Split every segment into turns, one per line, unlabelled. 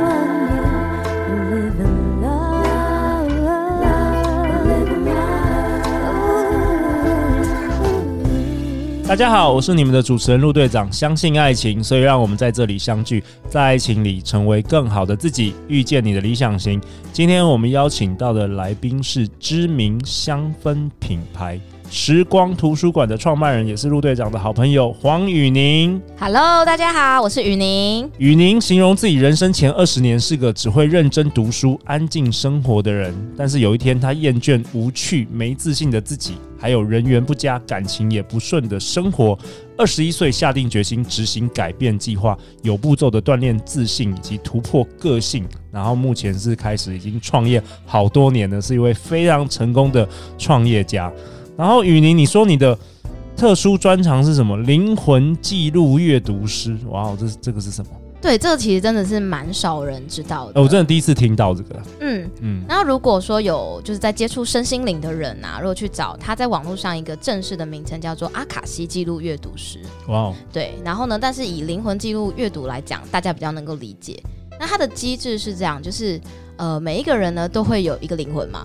love you, live in love, live in love.
大家好，我是你们的主持人陆队长。相信爱情，所以让我们在这里相聚，在爱情里成为更好的自己，遇见你的理想型。今天我们邀请到的来宾是知名香氛品牌时光图书馆的创办人，也是陆队长的好朋友黄宇宁。
Hello，大家好，我是雨宁。
宇宁形容自己人生前二十年是个只会认真读书、安静生活的人，但是有一天他厌倦无趣、没自信的自己，还有人缘不佳、感情也不顺的生活。二十一岁下定决心执行改变计划，有步骤的锻炼自信以及突破个性。然后目前是开始已经创业好多年了，是一位非常成功的创业家。然后雨宁，你说你的特殊专长是什么？灵魂记录阅读师。哇哦，这这个是什么？
对，这个其实真的是蛮少人知道哦的。
呃我真的第一次听到这个，
嗯，
嗯，
然后如果说有就是在接触身心灵的人啊，如果去找他在网络上一个正式的名称叫做阿卡西记录阅读师，
哇哦，
对，然后呢，但是以灵魂记录阅读来讲，大家比较能够理解。那它的机制是这样，就是呃，每一个人呢都会有一个灵魂嘛，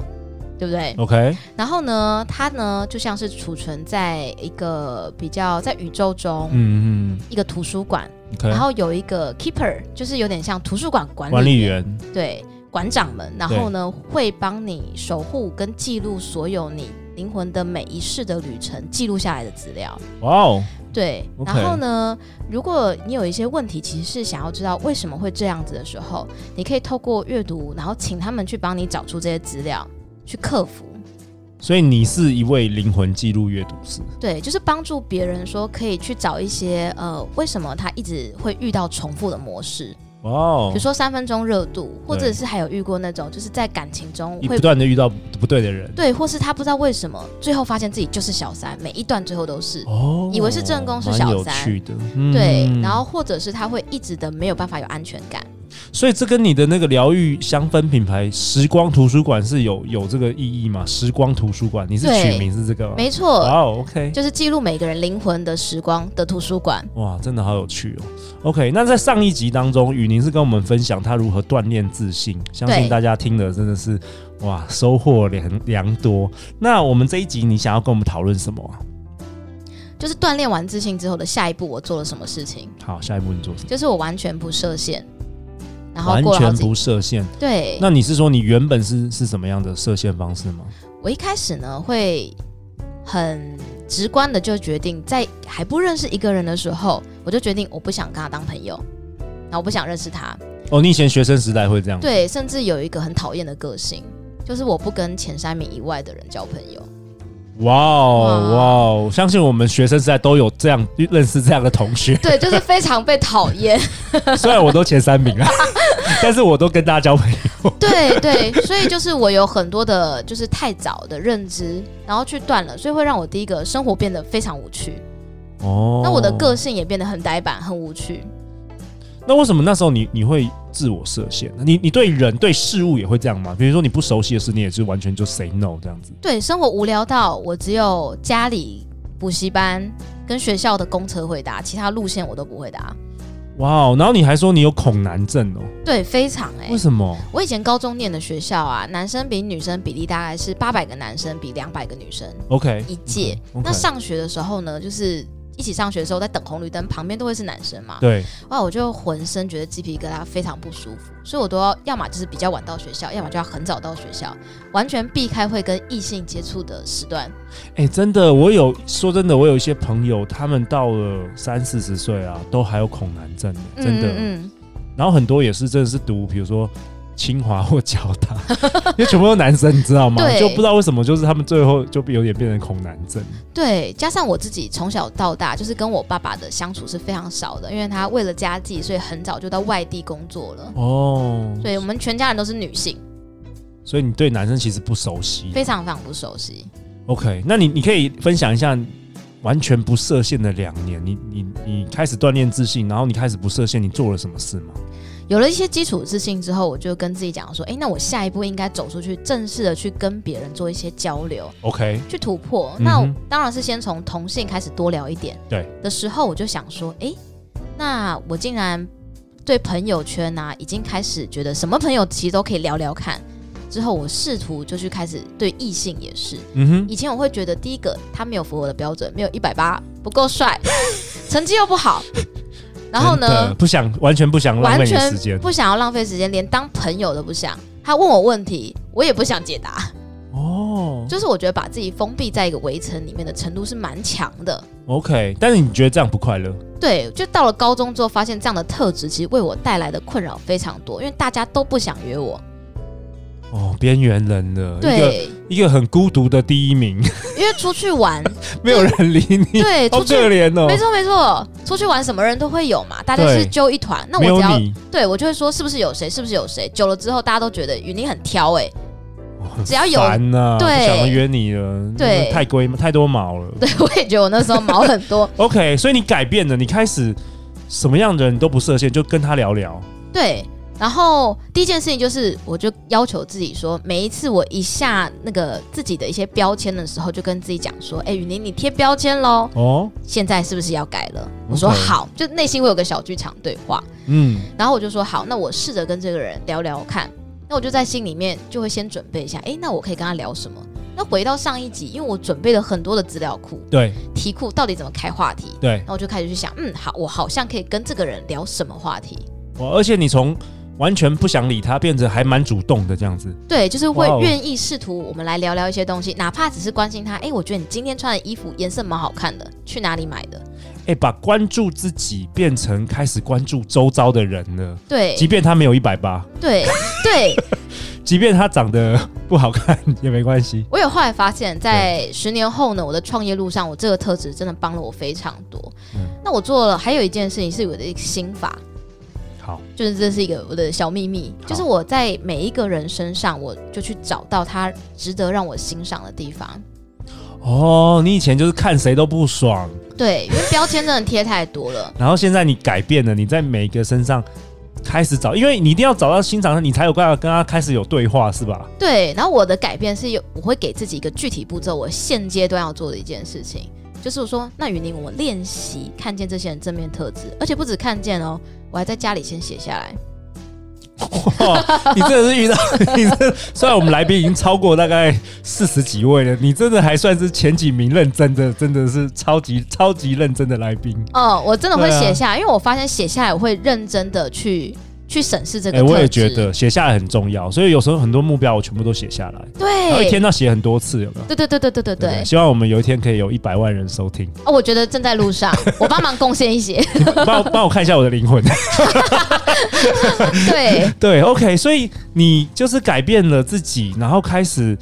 对不对？
，OK，
然后呢，它呢就像是储存在一个比较在宇宙中、
嗯嗯
一个图书馆。
，OK，
然后有一个 keeper，就是有点像图书馆管理
管理
员，
员，
对，馆长们，然后呢会帮你守护跟记录所有你灵魂的每一世的旅程记录下来的资料。
哇哦，
对
OK
然后呢，如果你有一些问题，其实是想要知道为什么会这样子的时候，你可以透过阅读，然后请他们去帮你找出这些资料，去克服。
所以你是一位灵魂记录阅读师，
对，就是帮助别人说可以去找一些呃，为什么他一直会遇到重复的模式，
哇哦
比如，说三分钟热度，或者
对
是还有遇过那种就是在感情中
你
会
不断的遇到不对的人，
对，或是他不知道为什么最后发现自己就是小三，每一段最后都是、
哦
以为是正宫是
蛮
小
有
三
趣的，
对，
嗯
然后或者是他会一直的没有办法有安全感，
所以这跟你的那个疗愈香氛品牌时光图书馆是有有这个意义吗？时光图书馆，你是
对
取名是这个吗？
没错，
哇哦，OK，
就是记录每个人灵魂的时光的图书馆。
哇，真的好有趣哦。OK，那在上一集当中，雨宁是跟我们分享她如何锻炼自信，相信
对
大家听的真的是哇，收获良良多。那我们这一集你想要跟我们讨论什么啊？
就是锻炼完自信之后的下一步，我做了什么事情？
好，下一步你做什么？
就是我完全不设限，然后
完
过了好
全
几
不设限。
对。
那你是说你原本是是什么样的设限方式吗？
我一开始呢会很直观的就决定，在还不认识一个人的时候，我就决定我不想跟他当朋友，然后我不想认识他。
哦，你以前学生时代会这样？，
对，甚至有一个很讨厌的个性，就是我不跟前三名以外的人交朋友。
哇哦
哇
哇哦！相信我们学生时代都有这样认识这样的同 学，
对，就是非常被讨厌。
虽然我都前三名啊，但是我都跟大家交朋友。
对对，所以就是我有很多的，就是太早的认知，然后去断了，所以会让我第一个生活变得非常无趣，
哦
那我的个性也变得很呆板、很无趣。
那为什么那时候你你会自我设限？你你对人对事物也会这样吗？比如说你不熟悉的事，你也是完全就 say no 这样子。
对，生活无聊到我只有家里、补习班跟学校的公车会搭，其他路线我都不会搭。
哇哦！然后你还说你有恐男症哦、
对，非常哎、
为什么？
我以前高中念的学校啊，男生比女生比例大概是八百个男生比两百个女生
OK，嗯
一届。
OK
那上学的时候呢，就是一起上学的时候，在等红绿灯旁边都会是男生嘛。
对
哇，我就浑身觉得鸡皮疙瘩，非常不舒服，所以我都要要么就是比较晚到学校，要么就要很早到学校，完全避开会跟异性接触的时段。
哎、真的，我有说真的，我有一些朋友，他们到了三四十岁啊，都还有恐男症的，真的。
嗯嗯
然后很多也是真的是读，比如说。清华或交 大， 因为全部都男生，你知道吗？
对
就不知道为什么，就是他们最后就有点变成恐男症。
对，加上我自己从小到大就是跟我爸爸的相处是非常少的，因为他为了家计，所以很早就到外地工作了。
哦，
对我们全家人都是女性，
所以你对男生其实不熟悉。
非常非常不熟悉。
OK，那你你可以分享一下完全不设限的两年，你你你开始锻炼自信，然后你开始不设限，你做了什么事吗？
有了一些基础的自信之后，我就跟自己讲说，诶，那我下一步应该走出去，正式的去跟别人做一些交流，
OK，
去突破。
嗯哼
那我当然是先从同性开始多聊一点。
对
的时候，我就想说，诶，那我竟然对朋友圈啊，已经开始觉得什么朋友其实都可以聊聊看。之后，我试图就去开始对异性也是，
嗯哼，
以前我会觉得，第一个他没有符合我的标准，没有一百八，不 够帅，成绩又不好，然后
真的
呢，
不想完全不想浪费
完
你的
全
时间
不想要浪费时间，连当朋友都不想。他问我问题，我也不想解答，
哦
就是我觉得把自己封闭在一个围城里面的程度是蛮强的。
，OK，但是你觉得这样不快乐？
对，就到了高中之后，发现这样的特质其实为我带来的困扰非常多，因为大家都不想约我。
哦，边缘人了，一个
对，
一个很孤独的第一名，
因为出去玩，
没有人理你，
对，哎
好
出去
可怜哦
没，错没错，出去玩什么人都会有嘛，大家
对
是揪一团。那
没有
我只要
你，
对我就会说是不是有谁，是不是有谁？久了之后，大家都觉得雨宁很挑哎、
哦很
只要有
烦呐，
对
不想要约你了，
对
太龟太多毛了。
对我也觉得我那时候毛很多。
OK，所以你改变了，你开始什么样的人都不设限，就跟他聊聊。
对，然后第一件事情就是，我就要求自己说，每一次我一下那个自己的一些标签的时候，就跟自己讲说，哎、雨宁你贴标签喽，
哦，
现在是不是要改了？我说
OK
好，就内心会有个小剧场对话。
嗯，
然后我就说好，那我试着跟这个人聊聊看。那我就在心里面就会先准备一下，哎，那我可以跟他聊什么？那回到上一集，因为我准备了很多的资料库、
对
题库，到底怎么开话题？
对，
然后我就开始去想，嗯，好，我好像可以跟这个人聊什么话题？
我而且你从完全不想理他，变成还蛮主动的这样子。
对，就是会
哇哦
愿意试图我们来聊聊一些东西，哪怕只是关心他，哎，我觉得你今天穿的衣服颜色蛮好看的，去哪里买的？
哎、把关注自己变成开始关注周遭的人了，
对，
即便他没有一百八，
对，对，
即便他长得不好看也没关系。
我有后来发现，在十年后呢，我的创业路上，我这个特质真的帮了我非常多。
嗯
那我做了还有一件事情是我的一个心法，
好，
就是这是一个我的小秘密，
好
就是我在每一个人身上，我就去找到他值得让我欣赏的地方。
哦，你以前就是看谁都不爽，
对，因为标签真的贴太多了。
然后现在你改变了，你在每个身上开始找，因为你一定要找到欣赏他，你才有办法跟他开始有对话，是吧？
对，然后我的改变是有，我会给自己一个具体步骤，我现阶段要做的一件事情，就是我说，那雨宁，我练习看见这些人正面特质，而且不止看见哦，我还在家里先写下来。
哇，哦你真的是遇到 你这，虽然我们来宾已经超过大概四十几位了，你真的还算是前几名认真的，真的是超级超级认真的来宾。
哦，我真的会
对啊
写下来，因为我发现写下来我会认真的去去审视这
哎、
个特质。
我也觉得写下来很重要，所以有时候很多目标我全部都写下来，然后一
对，
天要写很多次，有没有？
对对对对对对
对不
对。
希望我们有一天可以有一百万人收听，
哦，我觉得正在路上，我帮忙贡献一些。
帮我帮我看一下我的灵魂。
对
对，OK，所以你就是改变了自己，然后开始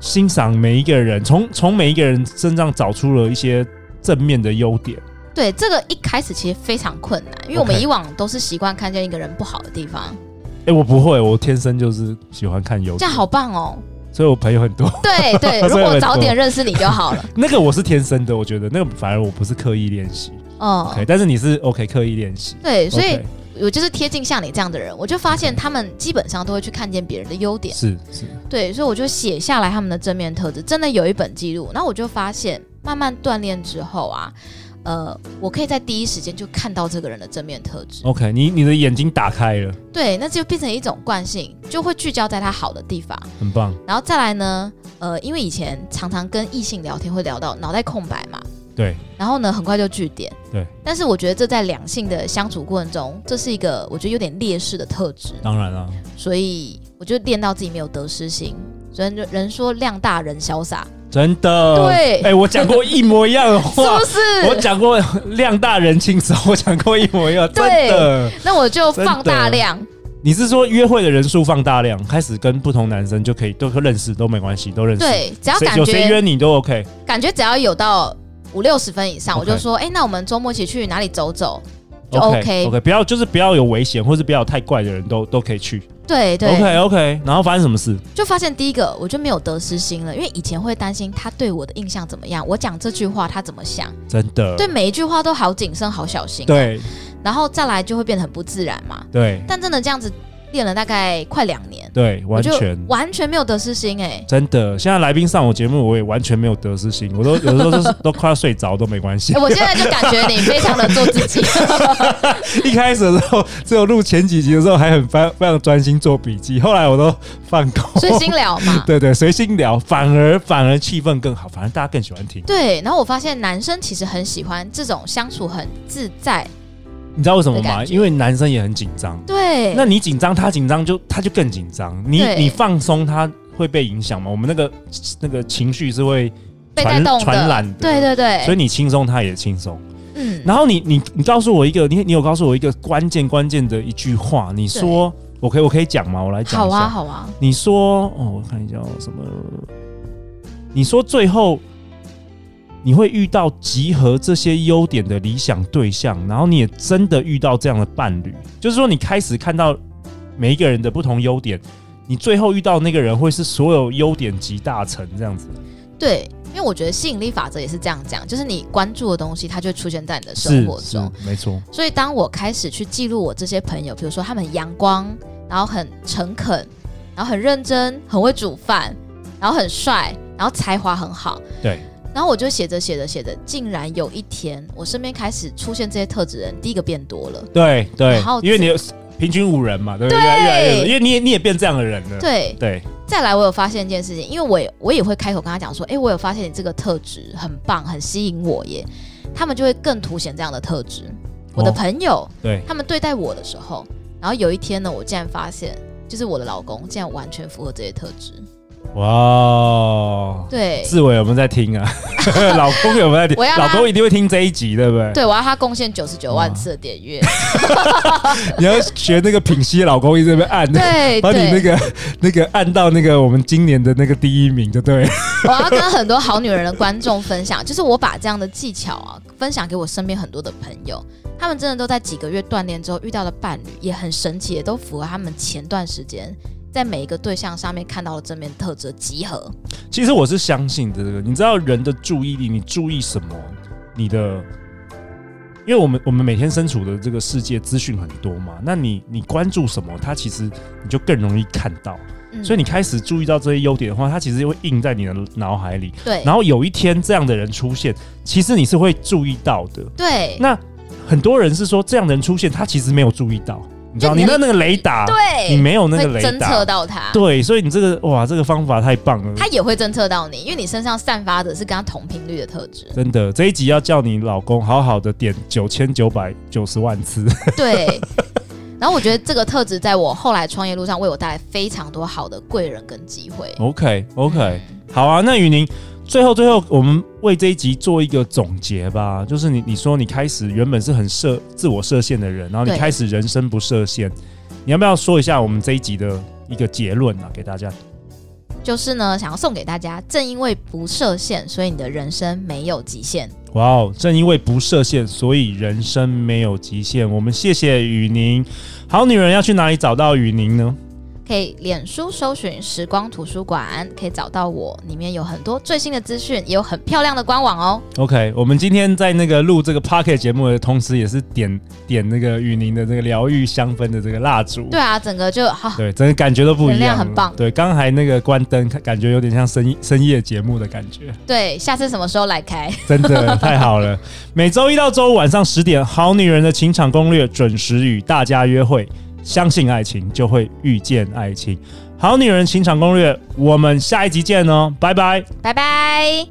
欣赏每一个人，从从每一个人身上找出了一些正面的优点。
对，这个一开始其实非常困难，因为我们
OK
以往都是习惯看见一个人不好的地方，
哎、我不会，我天生就是喜欢看优
这
点
样，好棒哦。
所以我朋友很多。
对对，
所以
如果
很
早
多
点认识你就好 了。
那个我是天生的，我觉得那个反而我不是刻意练习、
哦
o，但是你是 OK 刻意练习，
对，所以
OK，
我就是贴近像你这样的人，我就发现他们基本上都会去看见别人的优点。
是是，
对，所以我就写下来他们的正面特质，真的有一本记录。然后我就发现，慢慢锻炼之后啊，呃，我可以在第一时间就看到这个人的正面特质。
OK，你你的眼睛打开了，
对，那就变成一种惯性，就会聚焦在他好的地方。
很棒。
然后再来呢，呃，因为以前常常跟异性聊天会聊到脑袋空白嘛，
对，
然后呢，很快就据点。
对。
但是我觉得这在两性的相处过程中，这是一个我觉得有点劣势的特质。
当然啦、
所以我就练到自己没有得失心。所以人人说量大人潇洒，
真的。
对
哎、我讲过一模一样的
是
话
不。
我
是？
讲过量大人轻松，我讲过一模一样，真
对
的。
那我就放大量，
你是说约会的人数放大量，开始跟不同男生就可以都认识，都没关系，都认识。，
对，只要
谁
感
有谁约
觉
你都 OK。
感觉只要有到五六十分以上，我
OK
就说，哎，那我们周末一起去哪里走走？就 OK
OK，不要就是不要有危险，或是不要有太怪的人都都可以去。
对对，
OK OK，然后发生什么事？
就发现第一个我就没有得失心了，因为以前会担心他对我的印象怎么样，我讲这句话他怎么想，
真的
对每一句话都好谨慎、好小心。啊
对
然后再来就会变得很不自然嘛。
对
但真的这样子练了大概快两年，
对，完
我就
全
完全没有得失心哎、
真的。现在来宾上我节目，我也完全没有得失心，我都有时候都是都快要睡着都没关系
哎。我现在就感觉你非常的做 自己，
一开始的时候，只有录前几集的时候还很非非常专心做笔记，后来我都放空。
所以心啊聊嘛。
对对，随心聊，反而反而气氛更好，反而大家更喜欢听。
对，然后我发现男生其实很喜欢这种相处很自在。
你知道为什么
的
吗？
感觉
因为男生也很紧张，
对，
那你紧张，他紧张就他就更紧张。你
哎对
你放松，他会被影响吗？我们那个那个情绪是会
被带
传
动的，
传染的
对对对，
所以你轻松，他也轻松。
嗯，
然后你你你告诉我一个，你你有告诉我一个关键关键的一句话，你说我可以我可以讲吗？我来讲
好
一下。
啊好啊，
你说哦，我看一下哦什么？你说最后你会遇到集合这些优点的理想对象，然后你也真的遇到这样的伴侣，就是说你开始看到每一个人的不同优点，你最后遇到那个人会是所有优点集大成这样子。
对，因为我觉得吸引力法则也是这样讲，就是你关注的东西，它就会出现在你的生活
是
中。，
没错，
所以当我开始去记录我这些朋友，比如说他们很阳光，然后很诚恳，然后很认真，很会煮饭，然后很帅，然后才华很好，
对。
然后我就写着写着写着，竟然有一天，我身边开始出现这些特质的人，第一个变多了。
对对
然后，
因为你有平均五人嘛，对不对？越来越多因为你也你也变这样的人了。
对，
对
再来，我有发现一件事情，因为我也我也会开口跟他讲说，诶，我有发现你这个特质很棒，很吸引我耶。他们就会更凸显这样的特质。我的
哦
朋友，
对
他们对待我的时候，然后有一天呢，我竟然发现，就是我的老公竟然完全符合这些特质。
哇哦，
对，
志伟有没有在听啊？ 老公有没有在听
我要？
老
拉
公一定会听这一集，对不对？
对我要他贡献九十九
哇
万次的点 阅。
你要学那个品析，老公一直在那边按，
对
把你那
对，
个那个按到那个我们今年的那个第一名，就对了。
我要跟很多好女人的观众分享，就是我把这样的技巧啊，分享给我身边很多的朋友，他们真的都在几个月锻炼之后遇到的伴侣也很神奇，也都符合他们前段时间。在每一个对象上面看到的正面特质的集合，
其实我是相信的这个，你知道人的注意力，你注意什么？你的，因为我们我们每天身处的这个世界资讯很多嘛，那你你关注什么，它其实你就更容易看到。
嗯
所以你开始注意到这些优点的话，它其实会印在你的脑海里。
对
然后有一天这样的人出现，其实你是会注意到的。
对
那很多人是说这样的人出现，他其实没有注意到，你知道，
就
你
你
的
的
那个雷达，你
对，
没有那
会
个雷
侦
达，
测到他，
对，所以你这个哇，这个方法太棒了。
他。也会侦测到你，因为你身上散发的是跟他同频率的特质
真的，这一集要叫你老公好好的点九千九百九十万次，
对。然后我觉得这个特质在我后来创业路上为我带来非常多好的贵人跟机会。
OK OK，好啊，那雨宁，最后最后我们为这一集做一个总结吧，就是你你说你开始原本是很设自我设限的人，然后你
对
开始人生不设限，你要不要说一下我们这一集的一个结论啊，给大家？
就是呢，想要送给大家，正因为不设限，所以你的人生没有极限。
哇哦！正因为不设限，所以人生没有极限。我们谢谢雨宁，好女人要去哪里找到雨宁呢？
可以脸书搜寻“时光图书馆”，可以找到我，里面有很多最新的资讯，也有很漂亮的官网哦。
OK，我们今天在那个录这个 Pocket 节目的同时，也是点点那个雨宁的这个疗愈香氛的这个蜡烛。
对啊，整个就好、
对，真的感觉都不一样，
能量很棒
对，刚才那个关灯，感觉有点像深夜深夜节目的感觉，
对，下次什么时候来开？
真的太好了。每周一到周五晚上十点，《好女人的情场攻略》准时与大家约会。相信爱情，就会遇见爱情。好女人情场攻略，我们下一集见哦，拜拜。
拜拜。